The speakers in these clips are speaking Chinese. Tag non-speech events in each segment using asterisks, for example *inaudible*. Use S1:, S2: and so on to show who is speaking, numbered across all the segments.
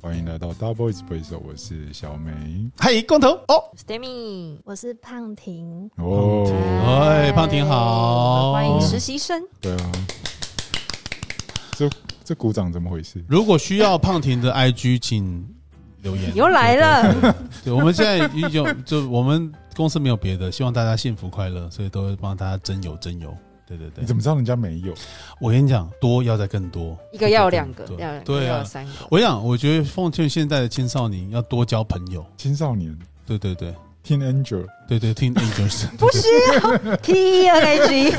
S1: 欢迎来到 Double Is Place，我是小美。
S2: 嗨，光头哦，
S3: Stemmy，
S4: 我是胖婷，
S1: 哦，
S2: 哎，胖婷好，
S3: 欢迎实习生。
S1: 对啊，这这鼓掌怎么回事？
S2: 如果需要胖婷的 IG，请留言。
S3: 又来了，
S2: 对，我们现在已经就我们公司没有别的，希望大家幸福快乐，所以都会帮大家增油增油。对对对
S1: 你，怎么知道人家没有？
S2: 我跟你讲，多要再更多，
S3: 一个要有两个，
S2: 对
S3: 要有两个
S2: 对
S3: 要
S2: 啊
S3: 有。三个。
S2: 我想，我觉得奉劝现在的青少年要多交朋友。
S1: 青少年
S2: 对对对
S1: Teen Angel，
S2: 对对，听 Angels *laughs*
S3: 不是 T E N A G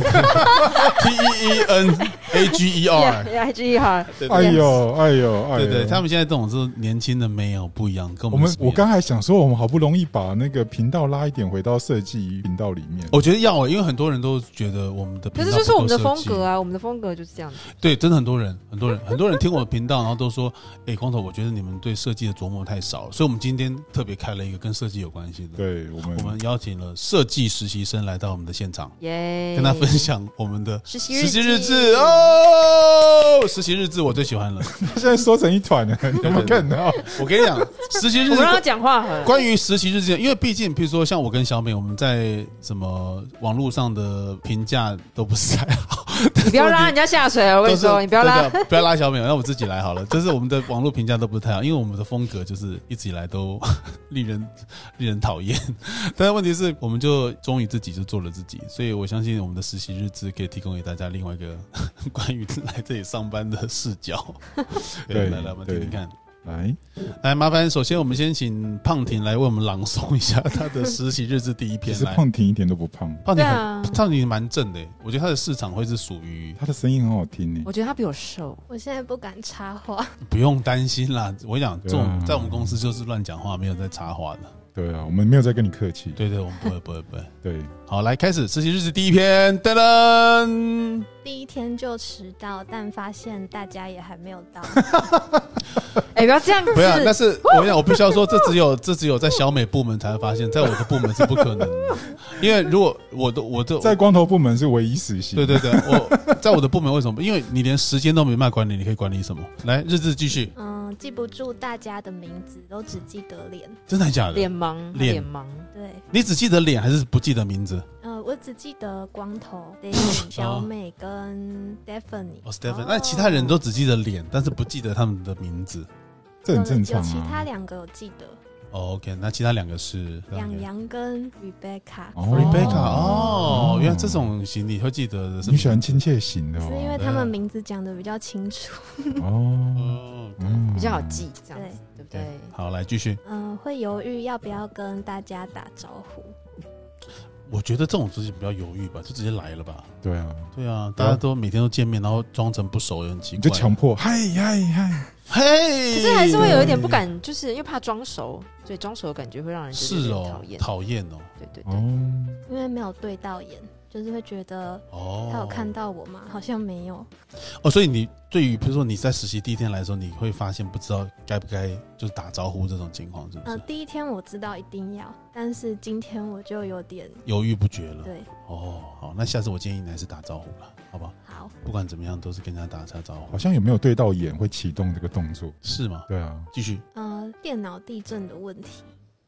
S2: T E E N A G E
S3: *laughs*
S2: R。
S3: I G 哈，
S2: 对
S1: 哎呦哎呦哎呦！
S2: 对对，他们现在这种是年轻的没有不一样，跟
S1: 我
S2: 我们
S1: 们
S2: 是不一
S1: 我
S2: 样
S1: 刚才想说，我们好不容易把那个频道拉一点回到设计频道里面。
S2: 我觉得要、欸，因为很多人都觉得我们的
S3: 可
S2: 频道
S3: 是就是我们的
S2: 不够
S3: 风
S2: 设计
S3: 格啊，我们的风格就是这样子。
S2: 对，真的很多人，很多人，很 *laughs* 多人听我的频道，然后都说：“哎、光头，我觉得你们对设计的琢磨太少。”所以，我们今天特别开了一个跟设计有关系的。，
S1: 对我们
S2: 我们邀请了设计实习生来到我们的现场，
S3: 耶，
S2: 跟他分享我们的
S3: *laughs* 实习
S2: 实习日
S3: 日
S2: 志。哦。实习日志我最喜
S3: *laughs*
S2: 欢了。
S1: 现在缩成一
S2: *laughs*
S1: 团了，你有没有看到？
S2: 我跟你讲，实习日
S3: 我们让他
S2: 志。
S3: 讲话
S2: *laughs*
S3: 好了。
S2: 关于实习日志，因为毕竟，譬如说像我跟小美，我们在什么网络上的评价都不是太好。
S3: 你不要拉人家下水啊！我跟你
S2: 都是
S3: 说，你不要拉
S2: 对。对不要拉小美，那我自己来好了。这是我们的网络评价都不太好，因为我们的风格就是一直以来都 *laughs* 令人令人讨厌。但是问题是，我们就忠于自己，就做了自己，所以我相信我们的实习日志可以提供给大家另外一个 *laughs* 关于来这里上班的视角。
S1: 对
S2: 来来，我们听听看。
S1: 来，
S2: 来，麻烦首先我们先请胖婷来为我们朗诵一下她的实习日志第一
S1: 其
S2: 篇。
S1: 实
S2: 来，
S1: 胖婷一点都不胖，
S2: 胖
S3: 对
S2: 婷
S3: 啊
S2: 很，胖婷蛮正的，欸我觉得她的市场会是属于
S1: 她的声音很好听呢
S3: 我。觉得他比我瘦，
S4: 我现在不敢插话， *laughs*
S2: 不用担心啦，我讲这种
S1: 对啊
S2: 在我们公司就是乱讲话，没有在插话的。
S1: 对啊，我们没有在跟你客气。
S2: 对对，我们不会不会不会。
S1: 对，
S2: 好，来开始实习日志第一篇，噔噔，
S4: 第一天就迟到，但发现大家也还没有
S1: *laughs*
S4: 到。
S3: 哎，不要这样子
S2: 不。要，但是我跟你讲，我必须要说，这只有这只有在小美部门才会发现，在我的部门是不可能的，因为如果我的我的
S1: 在光头部门是唯一实习。
S2: 对对对，我在我的部门为什么？因为你连时间都没办法管理，你可以管理什么？来，日志继续，
S4: 嗯，记不住大家的名字，都只记得脸。
S2: 真的还假的
S3: 脸？盲，啊
S2: 脸
S3: 脸盲，
S4: 对，
S2: 你只记得脸还是不记得名字？
S4: 呃，我只记得光头、David、小美跟 Stephanie。
S2: 哦，Stephen，那其他人都只记得脸，但是不记得他们的名字。
S1: 这很正
S4: 有
S1: 常
S4: 有其他
S1: 啊。
S4: 两个我记得，
S2: 哦 OK，那其他两个是
S4: 养羊跟 Rebecca，、
S1: 啊哦
S2: Rebecca 哦
S1: 哦，
S2: 原来这种型你会记得的是嗯
S1: 你喜欢亲切型的
S4: 是因为
S1: 哦。
S4: 他们名字讲的比较清
S1: 啊
S4: 楚。
S1: 哦，
S2: 哦，
S1: 嗯，
S3: 比较好。记，这样子，对不
S2: 对
S3: 对？，
S2: 好，来继续。
S4: 嗯、会犹豫要不要跟大家打招呼。
S2: 我觉得这种事情不要犹豫吧，就直接来了吧。
S1: 对啊，对
S2: 对啊，
S1: 啊
S2: 大家都每天都见面，然后装成不熟也很奇
S1: 你就
S2: 怪。
S1: 强迫，嗨嗨嗨，
S2: 嘿，
S3: 可是还是会有一点不敢，就是因为怕装熟，所以装熟的感觉会让人觉得有
S2: 是
S3: 点
S2: 哦
S3: 讨，厌。
S2: 讨厌哦，
S3: 对对对，
S1: 哦，
S4: 因为没有对到眼，就是会觉得
S2: 哦，
S4: 他有看到我吗？好像没有。
S2: 哦，所以你对于比如说你在实习第一天来的时候，你会发现不知道该不该就是打招呼这种情况，是不
S3: 嗯
S4: 呃，
S2: 是
S4: 第一天我知道一定要，但是今天我就有点
S2: 犹豫不决了？
S4: 对，
S2: 哦，好，那下次我建议你还是打招呼了，好吧？
S4: 好，
S2: 不管怎么样，都是跟人家打一下招呼
S1: 好，像有没有对到眼会启动这个动作？
S2: 是吗？
S1: 对啊，
S2: 继续。
S4: 呃，电脑地震的问题，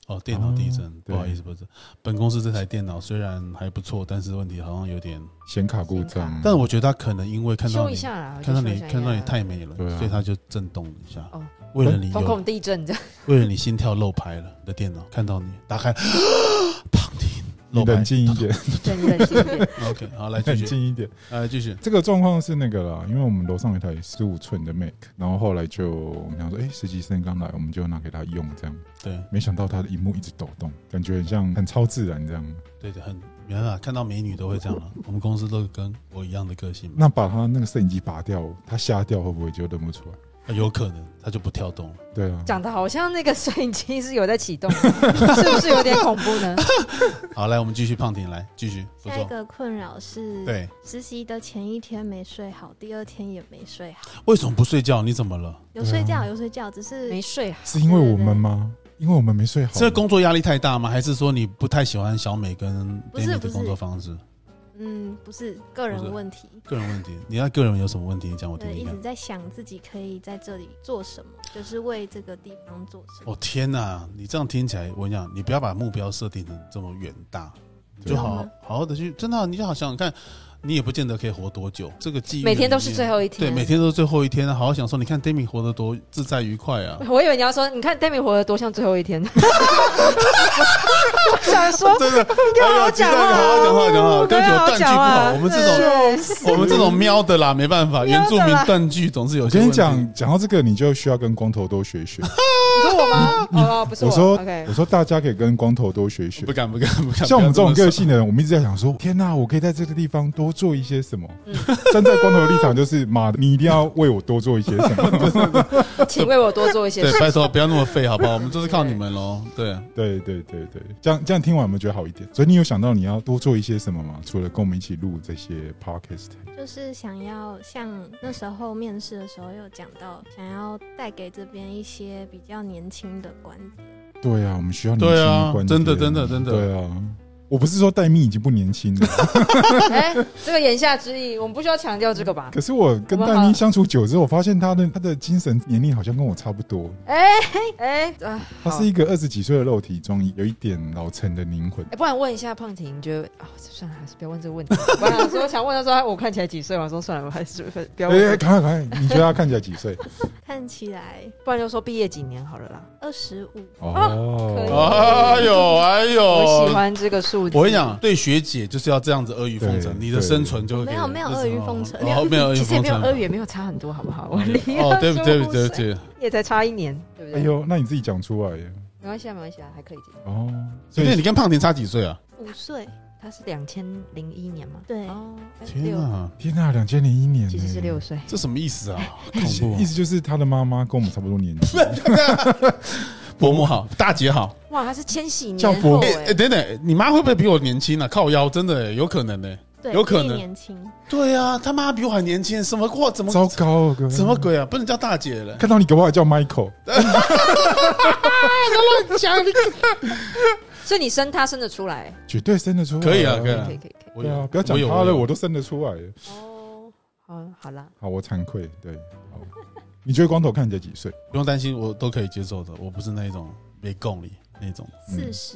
S2: 哦，电脑地震，
S1: 哦
S2: 不好
S1: 对
S2: 意思，不是，本公司这台电脑虽然还不错，但是问题好像有点，
S1: 显卡故
S3: 显卡
S1: 障，
S2: 但我觉得他可能因为看到
S3: 修一
S2: 你，
S3: 下啦，
S2: 看到
S3: 我就修
S2: 你
S3: 一下
S2: 看到你太美了，
S1: 对啊
S2: 所以他就震动了一下。
S3: 哦
S2: 为了你
S3: 瞳
S2: 有，
S3: 孔地震这样，
S2: 为了你心跳漏拍了，你的电脑看到你
S1: *laughs*
S2: 打开，胖婷
S1: 你
S2: 漏拍
S1: 冷。静一点，
S3: *laughs* 对，你冷静一点。
S2: *laughs* OK，好，来
S1: 冷
S2: 继续，
S1: 静一点。
S2: 来继续。
S1: 这个状况是那个啦，因为我们楼上有一台十五寸的 Mac，然后后来就我们想说，哎，实习生刚来，我们就拿给他用，这样，
S2: 对
S1: 没想到他的荧幕一直抖动，感觉很像很超自然这样。
S2: 对对，很没办法，看到美女都会这样了。我们公司都跟我一样的个性嘛，
S1: 那把他那个摄影机拔掉，他瞎掉会不会就认不出来？
S2: 啊有可能他就不跳动了。
S1: 对啊，
S3: 讲的好像那个摄影机是有在启动，是不是有点恐怖呢？
S2: *laughs* 好，来我们继续，胖婷来继续，不
S4: 下一
S2: 错。
S4: 个困扰是，
S2: 对，
S4: 实习的前一天没睡好，第二天也没睡好，
S2: 为什么不睡觉？你怎么了？
S4: 有
S1: 对啊
S4: 睡觉有睡觉，只是
S2: *laughs*
S3: 没睡啊好，
S1: 是因为我们吗？因为我们没睡好。
S2: 这工作压力太大吗？还是说你不太喜欢小美跟
S4: 不是
S2: Demi 的
S4: 不是
S2: 工作方式？
S4: 嗯，不是个
S2: 不是
S4: 人问题，
S2: 个人问题，你那个人有什么问题？你讲我听
S4: 对，一
S2: 听看
S4: 直。在想自己可以在这里做什么，就是为这个地方做什么。
S2: 哦天哪，你这样听起来，我跟你讲，你不要把目标设定成这么远大，
S1: 对
S2: 就好
S4: 真的吗
S2: 好好的去，真的啊、你就好想想看，你也不见得可以活多久。这个记忆
S3: 每天都是最
S2: 后
S3: 后一天。
S2: 对，每。天都是最后一天啊，好好享受。你看 Demi 活得多自在愉快
S3: *laughs*
S2: 啊！
S3: 我以为你要说，你看 Demi 活得多像最后一天。 *laughs* 我想说，
S2: 真的，
S3: 跟我
S2: 哎呦
S3: 啊好讲
S2: 鸡蛋
S3: 话啊
S2: 好好讲话，讲话。对不起，我断句不好，我们
S3: 没有好讲啊
S2: 这种哦我们这种喵的啦，没办法，
S3: 喵
S2: 原
S3: 的啦
S2: 住民断句总是有
S1: 我
S2: 些
S1: 跟
S2: 问
S1: 你
S2: 题。
S1: 讲，讲到这个，你就需要跟光头多学学。
S3: 你说我吗？ *laughs* 哦， *laughs* 不是
S1: 我说
S3: OK，
S1: 我说大家可以跟光头多学学
S2: 不。敢不敢不敢，
S1: 像我们这种
S2: 不
S1: 个
S2: 要么
S1: 性的人，我们一直在想说：天哪、我可以在这个地方多做一些什么
S3: 嗯？
S1: 站在光头的立场，就是妈的，你一定要为我多做一些什么。
S3: *laughs* 请为我多做一些
S2: 说，
S3: 事
S2: 对，。拜托不要那么废，好不好？我们就是靠你们喽。对，
S1: 对对对对，这样这样听完有没有觉得好一点？所以你有想到你要多做一些什么吗？除了跟我们一起录这些 podcast，
S4: 就是想要像那时候面试的时候有讲到，想要带给这边一些比较年轻的观点。
S1: 对啊，我们需要年
S2: 对
S1: 轻
S2: 啊
S1: 的观点
S2: 真的真的真的
S1: 对啊。我不是说戴咪已经不年轻了，
S3: 哎，这个言下之意，我们不需要强调这个吧？
S1: 可是我跟戴咪相处久之后，我发现他的他的精神年龄好像跟我差不多。
S3: 哎哎，啊
S1: 他
S3: 好
S1: 是一个二十几岁的肉体中有一点老成的灵魂。
S3: 哎，不然问一下胖婷，你觉得啊，算了，还是不要问这个问题。我本来想说想问他说哎我看起来几岁，我想说算了，我还是不要
S1: 哎、
S3: 问这个。
S1: 赶快赶快，你觉得他看起来几岁？
S4: 看起来
S3: *laughs* 不然就说毕业几年好了啦。
S4: 二十五，
S3: 可以
S1: 哦，
S2: 哎呦哎呦，
S3: 哦我喜欢这个数字。
S2: 我跟你
S3: *laughs*
S2: 讲，，对学姐就是要这样子阿谀奉承，
S1: 对
S2: 你的生存就会
S4: 没有
S2: 给
S4: 没有
S2: 就是
S4: 阿谀奉承
S2: 哦，没有阿
S3: *laughs* 其
S2: 谀
S3: 实
S2: 奉
S3: 也没有
S2: 承。
S3: 二月没有差很多，好不好？我离
S2: 哦，对不对
S3: 25
S2: 不对
S3: 岁
S2: 不对，
S3: 也才差一年，对不
S1: 哎
S3: 对？
S1: 呦，那你自己讲出来耶
S3: 没关系啊，没关系啊，还可以接受。
S1: 哦。所
S2: 所以
S1: 以
S2: 你跟胖婷差几岁啊？
S4: 五岁，
S3: 他是两千零一年嘛？
S4: 对
S3: 哦，哎
S2: 天
S3: 六，
S2: 啊，
S1: 天哪、两千零一年耶，
S3: 其实是六岁。
S2: 这什么意
S1: *laughs*
S2: 思啊？
S1: 意思
S2: 恐怖
S1: 意思就是他的妈妈跟我们差不多年纪，
S2: *laughs* 伯母好，大姐好。
S3: 哇，他是千禧
S1: 叫
S3: 年
S1: 伯母
S3: 后
S2: 哎
S3: *laughs* 哎
S2: 哎，，等等，你妈会不会比我年轻啊？靠腰，真的有可能呢。
S4: 对，
S2: 有可能
S4: 最年轻。
S2: 对啊，他妈比我还年轻，什么哇？怎么
S1: 糟糕哦，哥，
S2: 什么？鬼啊？不能叫大姐了。
S1: 看到你给我还叫 Michael，
S3: 所以你生他生得出来，
S1: 绝对生得出来，
S2: 可以啊可以啊
S3: 可以可以可以。
S2: 我
S1: 对
S2: 有
S1: 啊，不要讲
S2: 我有
S1: 他了，我
S2: 有
S1: 都生得出来耶。
S3: 哦，好，好啦，
S1: 好，我惭愧，对，好。你觉得光头看起来几岁？
S2: 不用担心，我都可以接受的。我不是那一种没共理那种。
S4: 四十、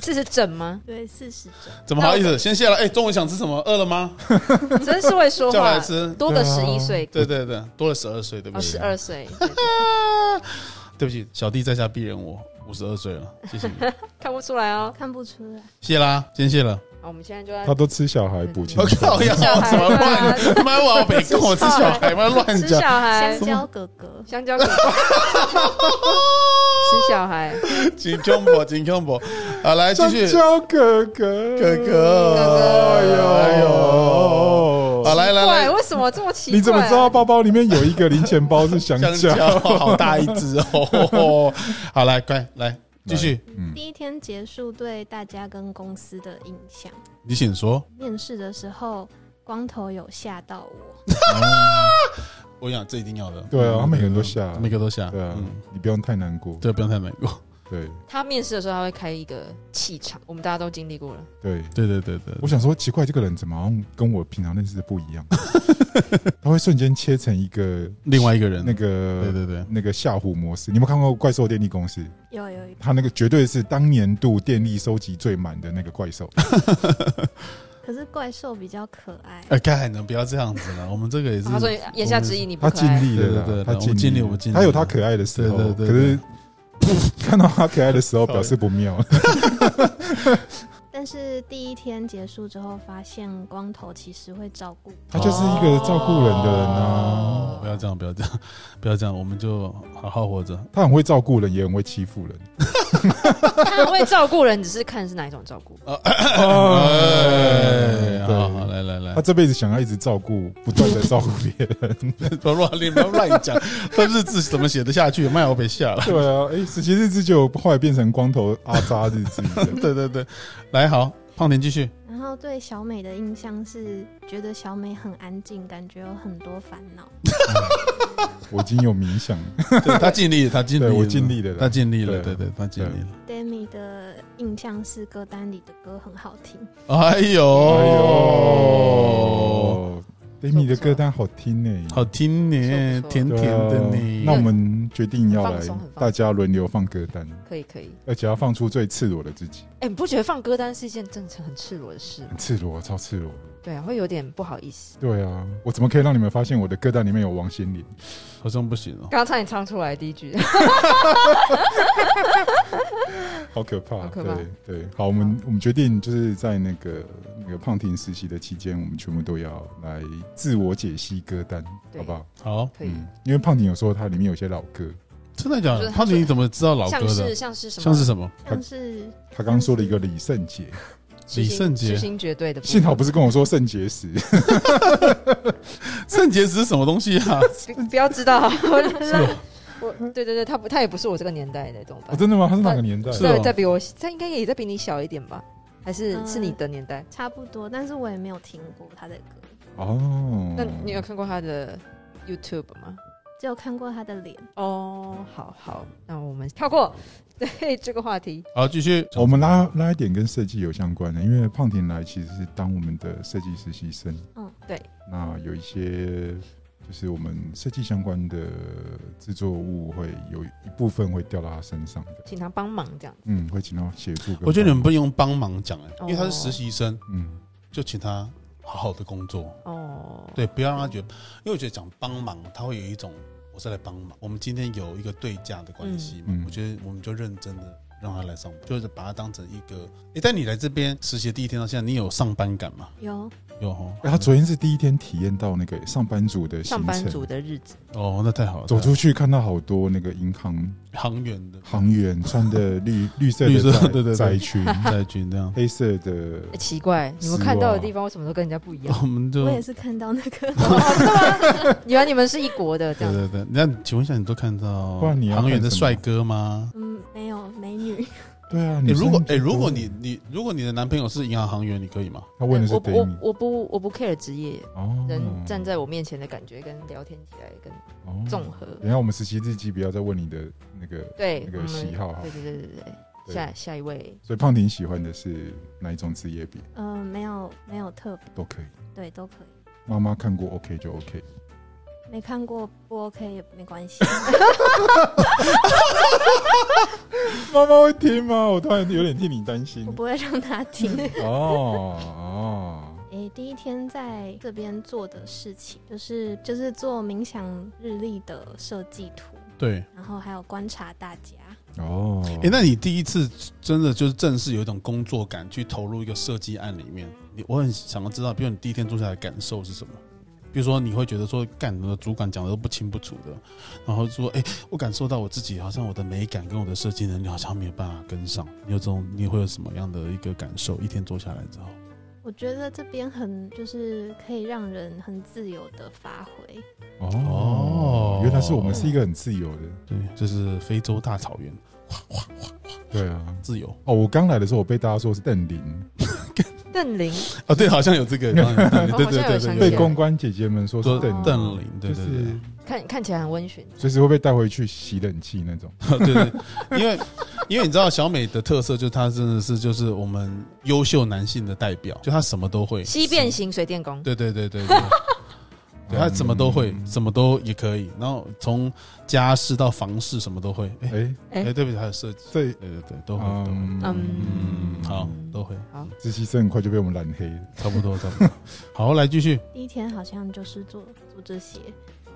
S3: 这是整吗？
S4: 对，四十整。
S2: 怎么好意思？先谢了。哎，中午想吃什么？饿了吗？
S3: 真是会说
S2: 叫来
S3: 话，
S2: 吃。
S3: 多的
S1: 对啊啊
S3: 十一岁，
S2: 对对对，多了十二岁，对不
S3: 哦，
S2: 对？
S3: 十二岁，对对
S2: 对不起，小弟在下鄙人我，五十二岁了，谢谢你， *laughs*
S3: 看不出来哦。
S4: 看不出来，
S2: 谢啦，先
S1: *laughs*
S2: 谢了。
S3: 好，我们现在就在
S1: 他都吃小孩补青
S2: 我
S1: 春，
S2: 靠呀，
S3: 小
S2: 我
S3: 孩
S2: 什么
S3: 啊
S2: 乱？ *laughs* 他妈往北跟 *laughs* 我吃小孩，妈乱
S3: 吃
S2: 讲。
S3: 小孩
S4: 香，蕉哥哥，
S1: *laughs*
S3: 香蕉果，吃小孩，
S2: 金胸博，金胸博，好来继
S1: 香
S2: 续，
S1: 蕉哥哥，
S2: 哥哥，哎呦哎呦，
S1: 呦
S2: 好来来
S3: 怪
S2: 来，
S3: 为什么这么奇怪？啊
S1: 你怎么知道包包里面有一个零钱包
S2: *laughs*
S1: 是香
S2: 香
S1: 蕉？
S2: 蕉好大一只 *laughs* 哦，好来快来继续，
S1: 嗯，
S4: 第一天结束对大家跟公司的影响。
S2: 你请说。
S4: 面试的时候，光头有吓到我，
S2: 我跟你讲，这一定要的，嗯
S1: 对啊，他每个人都下，
S2: 每个都下，
S1: 对啊
S2: 嗯，
S1: 你不用太难过，
S2: 对，不用太难过。
S1: 对
S3: 他面试的时候，他会开一个气场，我们大家都经历过了。
S1: 对。
S2: 对对对对，
S1: 我想说，奇怪，这个人怎么好像跟我平常认识的不
S2: *laughs*
S1: 一样？他会瞬间切成一个
S2: 另外一个人，
S1: 那
S2: 对
S1: 个
S2: 对对，
S1: 那个吓唬模式。你有没有看过《怪兽电力公司》？
S4: 有有有。
S1: 他那个绝对是当年度电力收集最满的那个怪兽。
S4: 可是怪兽比较可爱，
S2: 哎，干能不要这样子了，我们这个也是
S3: 啊。他说言下之意你不
S1: 他
S3: 可
S1: 尽
S3: 爱，
S1: 力了
S2: 对对对
S1: 啦，他
S2: 我尽力
S1: 力，
S2: 我尽力
S1: 他有他可爱的时候，
S2: 对对对
S1: 可是 *laughs* 看到他可爱的时候，表示不
S2: *laughs*
S1: 妙。
S4: 但是第一天结束之后，发现光头其实会照顾。
S1: 他就是一个照顾人的人啊，
S3: 哦
S2: 不要这样，不要这样， *laughs* 不要这样，我们就好好活着。
S1: 他很会照顾人，也很会欺负人。
S3: 他很会照顾人，只是看是哪一种照顾。
S2: 哦 *laughs* 哎，
S1: 对
S2: 好好，来来来
S1: 他，这辈子想要一直照顾，不断的照顾别
S2: *laughs*
S1: 人。
S2: 不要乱练，不要乱讲，这日志怎么写得下去？麦我被吓了。
S1: 对啊，哎，十七
S2: *laughs*
S1: 日志就后来变成光头阿扎日志了。
S2: 对对对，来好，胖婷继续。
S4: 然后对小美的印象是觉得小美很安静，感觉有很多烦恼。
S1: 我已经有冥想，
S2: *laughs* 对他尽力，他尽力了，
S1: 对我尽力了啦
S2: 他尽力了，对
S1: 对
S2: 对，他尽力了。
S4: Demi 的印象是歌单里的歌很好听，
S2: 哎
S1: 哎
S2: 呦，
S1: 呦，Demi 的歌单好听呢，
S2: 好听呢，
S3: 不错不错
S2: 甜甜的呢。
S1: 对啊那我们决定要来
S3: 很放松很放松
S1: 大家轮流放歌单，
S3: 可以可以。
S1: 而且要放出最赤裸的自己，
S3: 哎、你不觉得放歌单是一件正常很赤裸的事吗？
S1: 很赤裸，超赤裸。
S3: 对啊，会有点不好意思。
S1: 对啊，我怎么可以让你们发现我的歌单里面有王心凌？ *laughs*
S2: 好像不行哦。
S3: 刚刚差点唱出来第一句，
S1: 好可怕，
S3: 好可怕
S1: 对对。好，我们我们决定就是在那个那个胖婷实习的期间，我们全部都要来自我解析歌单，
S3: 对
S1: 好不好？
S2: 好，嗯
S3: 可以。，
S1: 因为胖婷有说它里面有些老歌，
S2: 真的假
S3: 就是
S2: 的？
S3: 他
S2: 胖姐，你怎么知道老
S3: 像
S2: 歌
S3: 是
S2: 的？
S3: 像是什么？
S2: 像是什么？
S1: 他
S4: 像是
S1: 她刚刚说了一个李圣杰，
S3: 痴
S2: 李
S3: 心
S2: 圣杰
S3: 痴心绝对的部分。
S1: 幸好不是跟我说肾结石， *laughs*
S2: 圣洁石是什么东西
S3: *laughs*
S2: 啊？
S3: 不不要
S2: *laughs*
S3: 知道，我
S2: 哦
S3: 我对对对，他不他也不是我这个年代的，怎么
S1: 哦
S3: 办？
S1: 真的吗？他是哪个年代？
S2: 是
S3: 再
S2: 哦
S3: 再比我，他应该也在比你小一点吧？还是
S4: 嗯
S3: 是你的年代？
S4: 差不多，但是我也没有听过她的歌，
S2: 嗯
S1: 哦，
S3: 那你有看过他的 YouTube 吗？
S4: 只有看过她的脸。
S3: 哦，好好，那我们跳过 *laughs* 对这个话题。
S2: 好，继续。
S1: 我们拉拉一点跟设计有相关的，因为胖婷来其实是当我们的设计实习生。
S4: 嗯，
S3: 对。
S1: 那有一些就是我们设计相关的制作物，会有一部分会掉到他身上的。
S3: 请他帮忙这样。
S1: 嗯，会请到协助。
S2: 我觉得你们不用帮忙讲哎，因为他是
S3: 哦
S2: 实习生，
S1: 嗯，
S2: 就请他好好的工作。
S3: 哦，
S2: 对，不要让他觉得，因为我觉得讲帮忙，他会有一种我是来帮忙。我们今天有一个对价的关系嘛，
S1: 嗯嗯
S2: 我觉得我们就认真的让他来上班，就是把他当成一个。诶，但你来这边实习的第一天到现在，你有上班感吗？
S4: 有
S2: 有哦，
S1: 哎他昨天是第一天体验到那个上班族的行
S3: 上
S1: 程，
S3: 班族的日子，
S2: 哦，那太好了，
S1: 走
S2: 太好
S1: 出去看到好多那个银行
S2: 了航员的
S1: 行员穿的
S2: *laughs*
S1: 绿绿色的
S2: 绿色
S1: 窄
S2: 对对对
S1: 窄
S2: *laughs*
S1: 裙，
S2: 在军
S1: *laughs*。
S2: 这样
S1: 黑色的
S3: 哎奇怪，你们
S2: 哦
S1: 丝袜
S3: 看到的地方为什么都跟人家
S2: *laughs*
S3: 不一样？
S2: 我们就
S4: 我也是看到那个 *laughs*
S3: 原来你们是一国的这
S2: 对
S3: 样。
S2: 对对，那请问一下，你都看到
S1: 不然你要
S2: 航员
S1: 看
S2: 的
S1: 什么
S2: 帅哥吗？
S4: 嗯，没有美女，
S1: 对啊，
S2: 诶
S1: 女生
S2: 哎如果
S1: 就
S2: 诶，如
S1: 多
S2: 果你你如果你的男朋友是银行行员，你可以吗？
S1: 他问的是
S3: 哎我
S1: d a
S3: 我
S1: m
S3: 我不我不 care 职业，
S1: 哦，
S3: 人站在我面前的感觉跟聊天起来跟
S1: 哦
S3: 综合。
S1: 等一下我们实习日记不要再问你的那个，
S3: 对，
S1: 那个
S3: 我们
S1: 喜好
S3: 对对对对对
S1: 对
S3: 对。下下一位，
S1: 所以胖婷喜欢的是哪一种职业别
S4: 嗯、没有没有特别，
S1: 都可以。
S4: 对，都可以。
S1: 妈妈看过 OK 就 OK，
S4: 没看过不 OK 也没关系，
S1: 妈妈会听吗？我突然有点替你担心
S4: 我不会让她听。
S1: 哦哦，
S4: 诶，第一天在这边做的事情就是就是做冥想日历的设计图，
S2: 对，
S4: 然后还有观察大家。
S1: 哦，
S2: 哎、那你第一次真的就是正式有一种工作感去投入一个设计案里面，你我很想要知道，比如你第一天做下来的感受是什么？比如说你会觉得说，干我的主管讲的都不清不楚的，然后说，哎、我感受到我自己好像我的美感跟我的设计能力好像没有办法跟上，你有这种你会有什么样的一个感受？一天做下来之后，
S4: 我觉得这边很就是可以让人很自由的发挥，
S1: 哦
S2: 哦，
S1: 原来是我们是一个很自由的，
S2: 对，这是非洲大草原，
S1: 对啊。
S2: 自由
S1: 哦，我刚来的时候，我被大家说是邓林，
S3: 邓玲，
S2: 啊，对，好像有这个，对对对对对，
S3: 嗯
S1: 被
S2: 对
S1: 公关姐姐们说是
S2: 说
S1: 邓林，
S2: 邓林，对
S1: 就
S2: 对对
S1: 是。
S3: 看看起来很温驯，
S1: 随时会被带回去洗冷气那种。
S2: *laughs* 对对，因为因为你知道小美的特色，就是她真的是就是我们优秀男性的代表，就她什么都会。
S3: 西变形水电工，
S2: 对对对对
S3: *laughs*
S2: 对，对她什么都会，
S1: 嗯
S2: 什么都也可以。然后从家事到房事什么都会。哎
S1: 哎，
S3: 哎
S2: 哎，对不起，她的设计，
S1: 这
S2: 对对对，都会
S1: 哦
S2: 都会。嗯，
S1: 嗯，
S2: 好，都会，
S3: 好，
S1: 实习生很快就被我们染黑了。
S2: 差不多差不多。好，来继续。
S4: 第一天好像就是做做这些，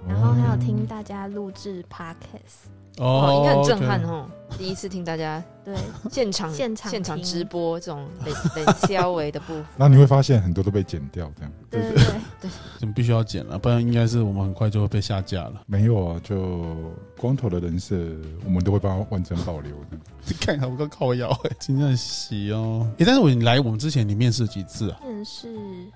S4: 然后还有听大家录制 podcast，
S3: 哦，
S2: 哦
S3: 应该很震撼。哦，第一次听大家
S4: 对，
S3: 现场
S4: 现场
S3: 现场
S4: 听
S1: *laughs*
S3: 直播这种冷冷消维的部分，
S1: 那你会发现很多都被剪掉，这样
S4: 对对对，
S2: OK 就可能必须要剪了，不然应该是我们很快就会被下架了。
S1: 没有啊，就光头的人设，我们都会帮他完整保留的。
S2: *laughs* 看还不够靠腰、欸，真的喜哦。诶、但是我你来我们之前，你面试几次啊？
S4: 面试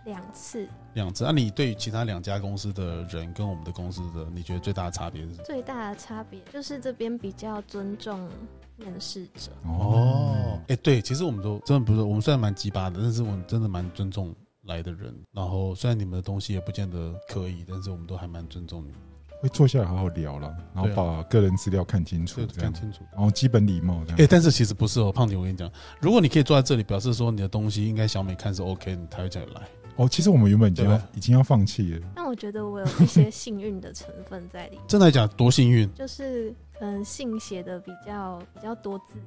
S4: 两次，
S2: 两次。那、你对于其他两家公司的人跟我们的公司的，你觉得最大的差别是什么？
S4: 最大的差别就是这边比较尊重面试者，
S2: 哦，哎、对，其实我们都真的不是，我们虽然蛮鸡巴的，但是我们真的蛮尊重来的人。然后虽然你们的东西也不见得可以，但是我们都还蛮尊重你们，
S1: 会坐下来好好聊了，然后
S2: 对啊
S1: 把个人资料看清楚
S2: 这，
S3: 啊
S2: 个
S1: 这样
S2: 看，清楚。
S1: 然后基本礼貌这
S2: 哎、
S1: 样。
S2: 但是其实不是哦，胖姐，我跟你讲，如果你可以坐在这里，表示说你的东西应该小美看是 OK，你才会叫你来。
S1: 哦，其实我们原本已经
S2: 对
S1: 要
S2: 吧
S1: 已经要放弃了，
S4: 但我觉得我有一些幸运的成分在里面，
S2: 真的来讲多幸运
S4: 就是可能信写的比较比较多字，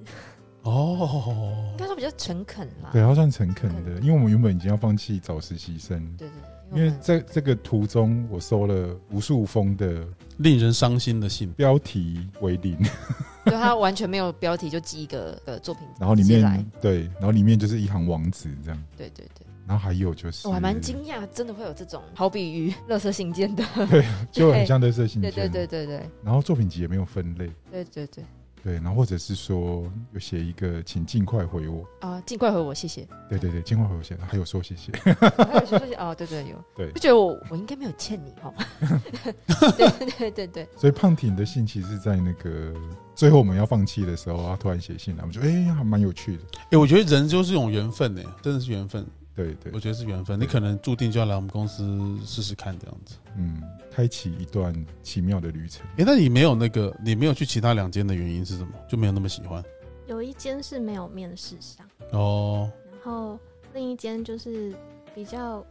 S2: 哦
S3: 应！该说比较诚恳啦。
S1: 对，啊他算诚恳
S3: 诚
S1: 的，
S3: 恳
S1: 因为我们原本已经要放弃找实习生，
S3: 对对
S1: 因
S3: 对，
S1: 为
S3: 我
S1: *laughs*
S3: 们
S1: 在这个途中，我收了无数封的
S2: 令人伤心的信，
S1: 标题为零， *laughs*
S3: 对他完全没有标题就寄一个呃作品，
S1: 然后里
S3: 寄来
S1: 面对，然后里面就是一行网址这样，
S3: 对对对，
S1: 然后还有就是，
S3: 我还蛮惊讶，真的会有这种好比于垃圾信件的，
S1: 就很像在色
S2: 嗯
S1: 信
S3: 对
S1: 件，
S3: 对对对对
S1: 然后作品集也没有分类，
S3: 对对对
S1: 对，然后或者是说有写一个请尽快回我，
S3: 啊，尽快回我，谢谢。
S1: 对对对，尽快回我写， *laughs* 还有说谢谢，
S3: 还有说谢谢哦，对对有，
S2: *laughs*
S1: 对
S3: 就觉得我我应该没有欠你哦， *laughs* 对对对对，
S1: 所以胖挺的信其实是在那个最后我们要放弃的时候，他突然写信来，我们就哎、还蛮有趣的，
S2: 哎、我觉得人就是一种缘分呢、真的是缘分，
S1: 对对
S2: 我，觉得是缘分。你可能注定就要来我们公司试试看这样子。
S1: 嗯，开启一段奇妙的旅程。
S2: 哎、那你没有那个，你没有去其他两间的原因是什么？就没有那么喜欢
S4: 有一间是没有面试上，
S2: 哦。
S4: 然后另一间就是比较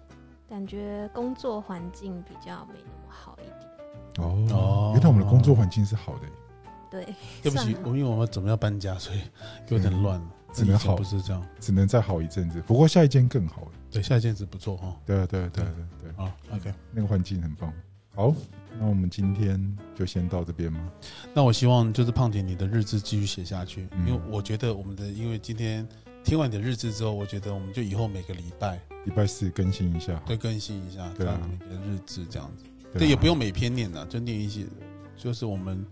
S4: 感觉工作环境比较没那么好一点，
S1: 哦
S2: 哦
S1: 原来我们的工作环境是好的、
S4: 对，
S2: 对不起
S4: 算，了
S2: 我因为我们准备要搬家，所以有点乱了。
S1: 只能
S2: 以前
S1: 好
S2: 不是这样。
S1: 只能再好一阵子。不过下一间更好了。
S2: 对，下一件是不错哈。
S1: 对啊，对啊，对啊，对啊，对啊
S2: 好，OK。
S1: 那个环境很棒。好，那我们今天就先到这边吗？
S2: 那我希望就是胖姐你的日志继续写下去，
S1: 嗯
S2: 因为我觉得我们的，因为今天听完你的日志之后，我觉得我们就以后每个礼拜
S1: 礼拜四更新一下。
S2: 都更新一下，
S1: 对啊
S2: 看每个日志这样子。
S1: 啊
S2: 对，也不用每篇念了，就念一些，就是我们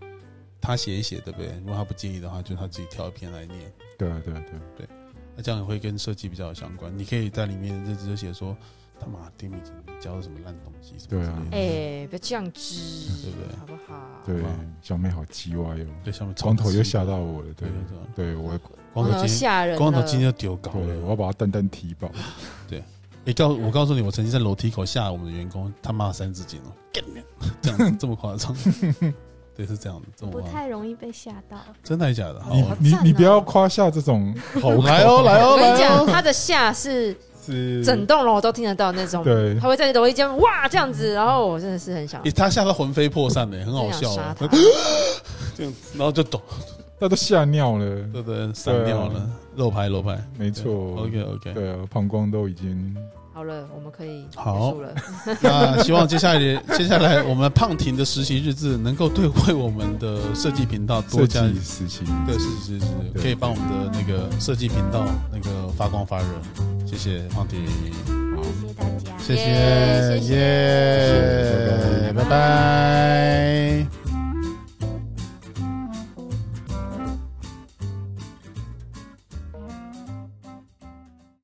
S2: 他写一写，对不对？如果他不介意的话，就他自己挑一篇来念。
S1: 对啊，对啊，对啊。
S2: 那这样也会跟设计比较有相关。你可以在里面日志就写说，他妈丁米今天教的什么烂东西，什么
S1: 对
S2: 之
S1: 啊
S2: 类的。
S3: 哎，不要这样子，
S2: 对不对
S3: 好不好？
S1: 对
S2: 好吧，
S1: 小妹好叽歪哦，
S2: 对，下面
S1: 光头又吓到我了。对
S2: 对，对对，
S1: 对我，
S2: 光头今天
S3: 哦吓人了，
S2: 光头今天就丢啊搞
S1: 对我
S2: 了。
S1: 要把他蛋蛋踢爆。
S2: 你告我告诉你，我曾经在楼梯口吓我们的员工，他妈三字经
S1: *laughs*
S2: 哦，干你娘这样子这么夸张。对，是这样的，这么啊
S4: 不
S2: 夸张，
S4: 太容易被吓到。
S2: 真的还是假的？好
S1: 你
S2: 啊，
S1: 你
S3: 好赞哦
S1: 你不要夸下这种好口
S2: 来哦来
S3: 我
S2: 哦
S3: 跟你
S2: 来
S3: 讲，
S2: 哦，
S3: 他的吓是
S1: 是
S3: 整栋楼都听得到那种，
S1: 对
S3: 他会在楼一间哇这样子，然后我真的是很想，
S2: 诶他吓到魂飞魄散的，很好
S3: 真想
S2: 笑
S3: 杀
S2: 啊，
S3: 他。
S2: 这样子，然 *laughs* 后就抖，
S1: 他都吓尿了。
S2: 对对，散掉
S3: 嗯
S2: 了，漏牌漏牌，
S1: 没错。
S2: OK OK，
S1: 对啊，膀胱都已经
S3: 好了，我们可以结
S2: 好
S3: 束了，
S2: 那希望接下来 *laughs* 接下来我们胖婷的实习日志能够对为我们的设计频道多
S1: 设
S2: 加
S1: 计实习。
S2: 对是是是，
S1: 对
S2: 可以帮我们的那个设计频道那个发光发热，谢谢胖婷，
S1: 好
S4: 谢谢大家。
S2: 谢
S3: 耶谢谢
S2: 耶，
S1: 谢谢
S2: 拜拜。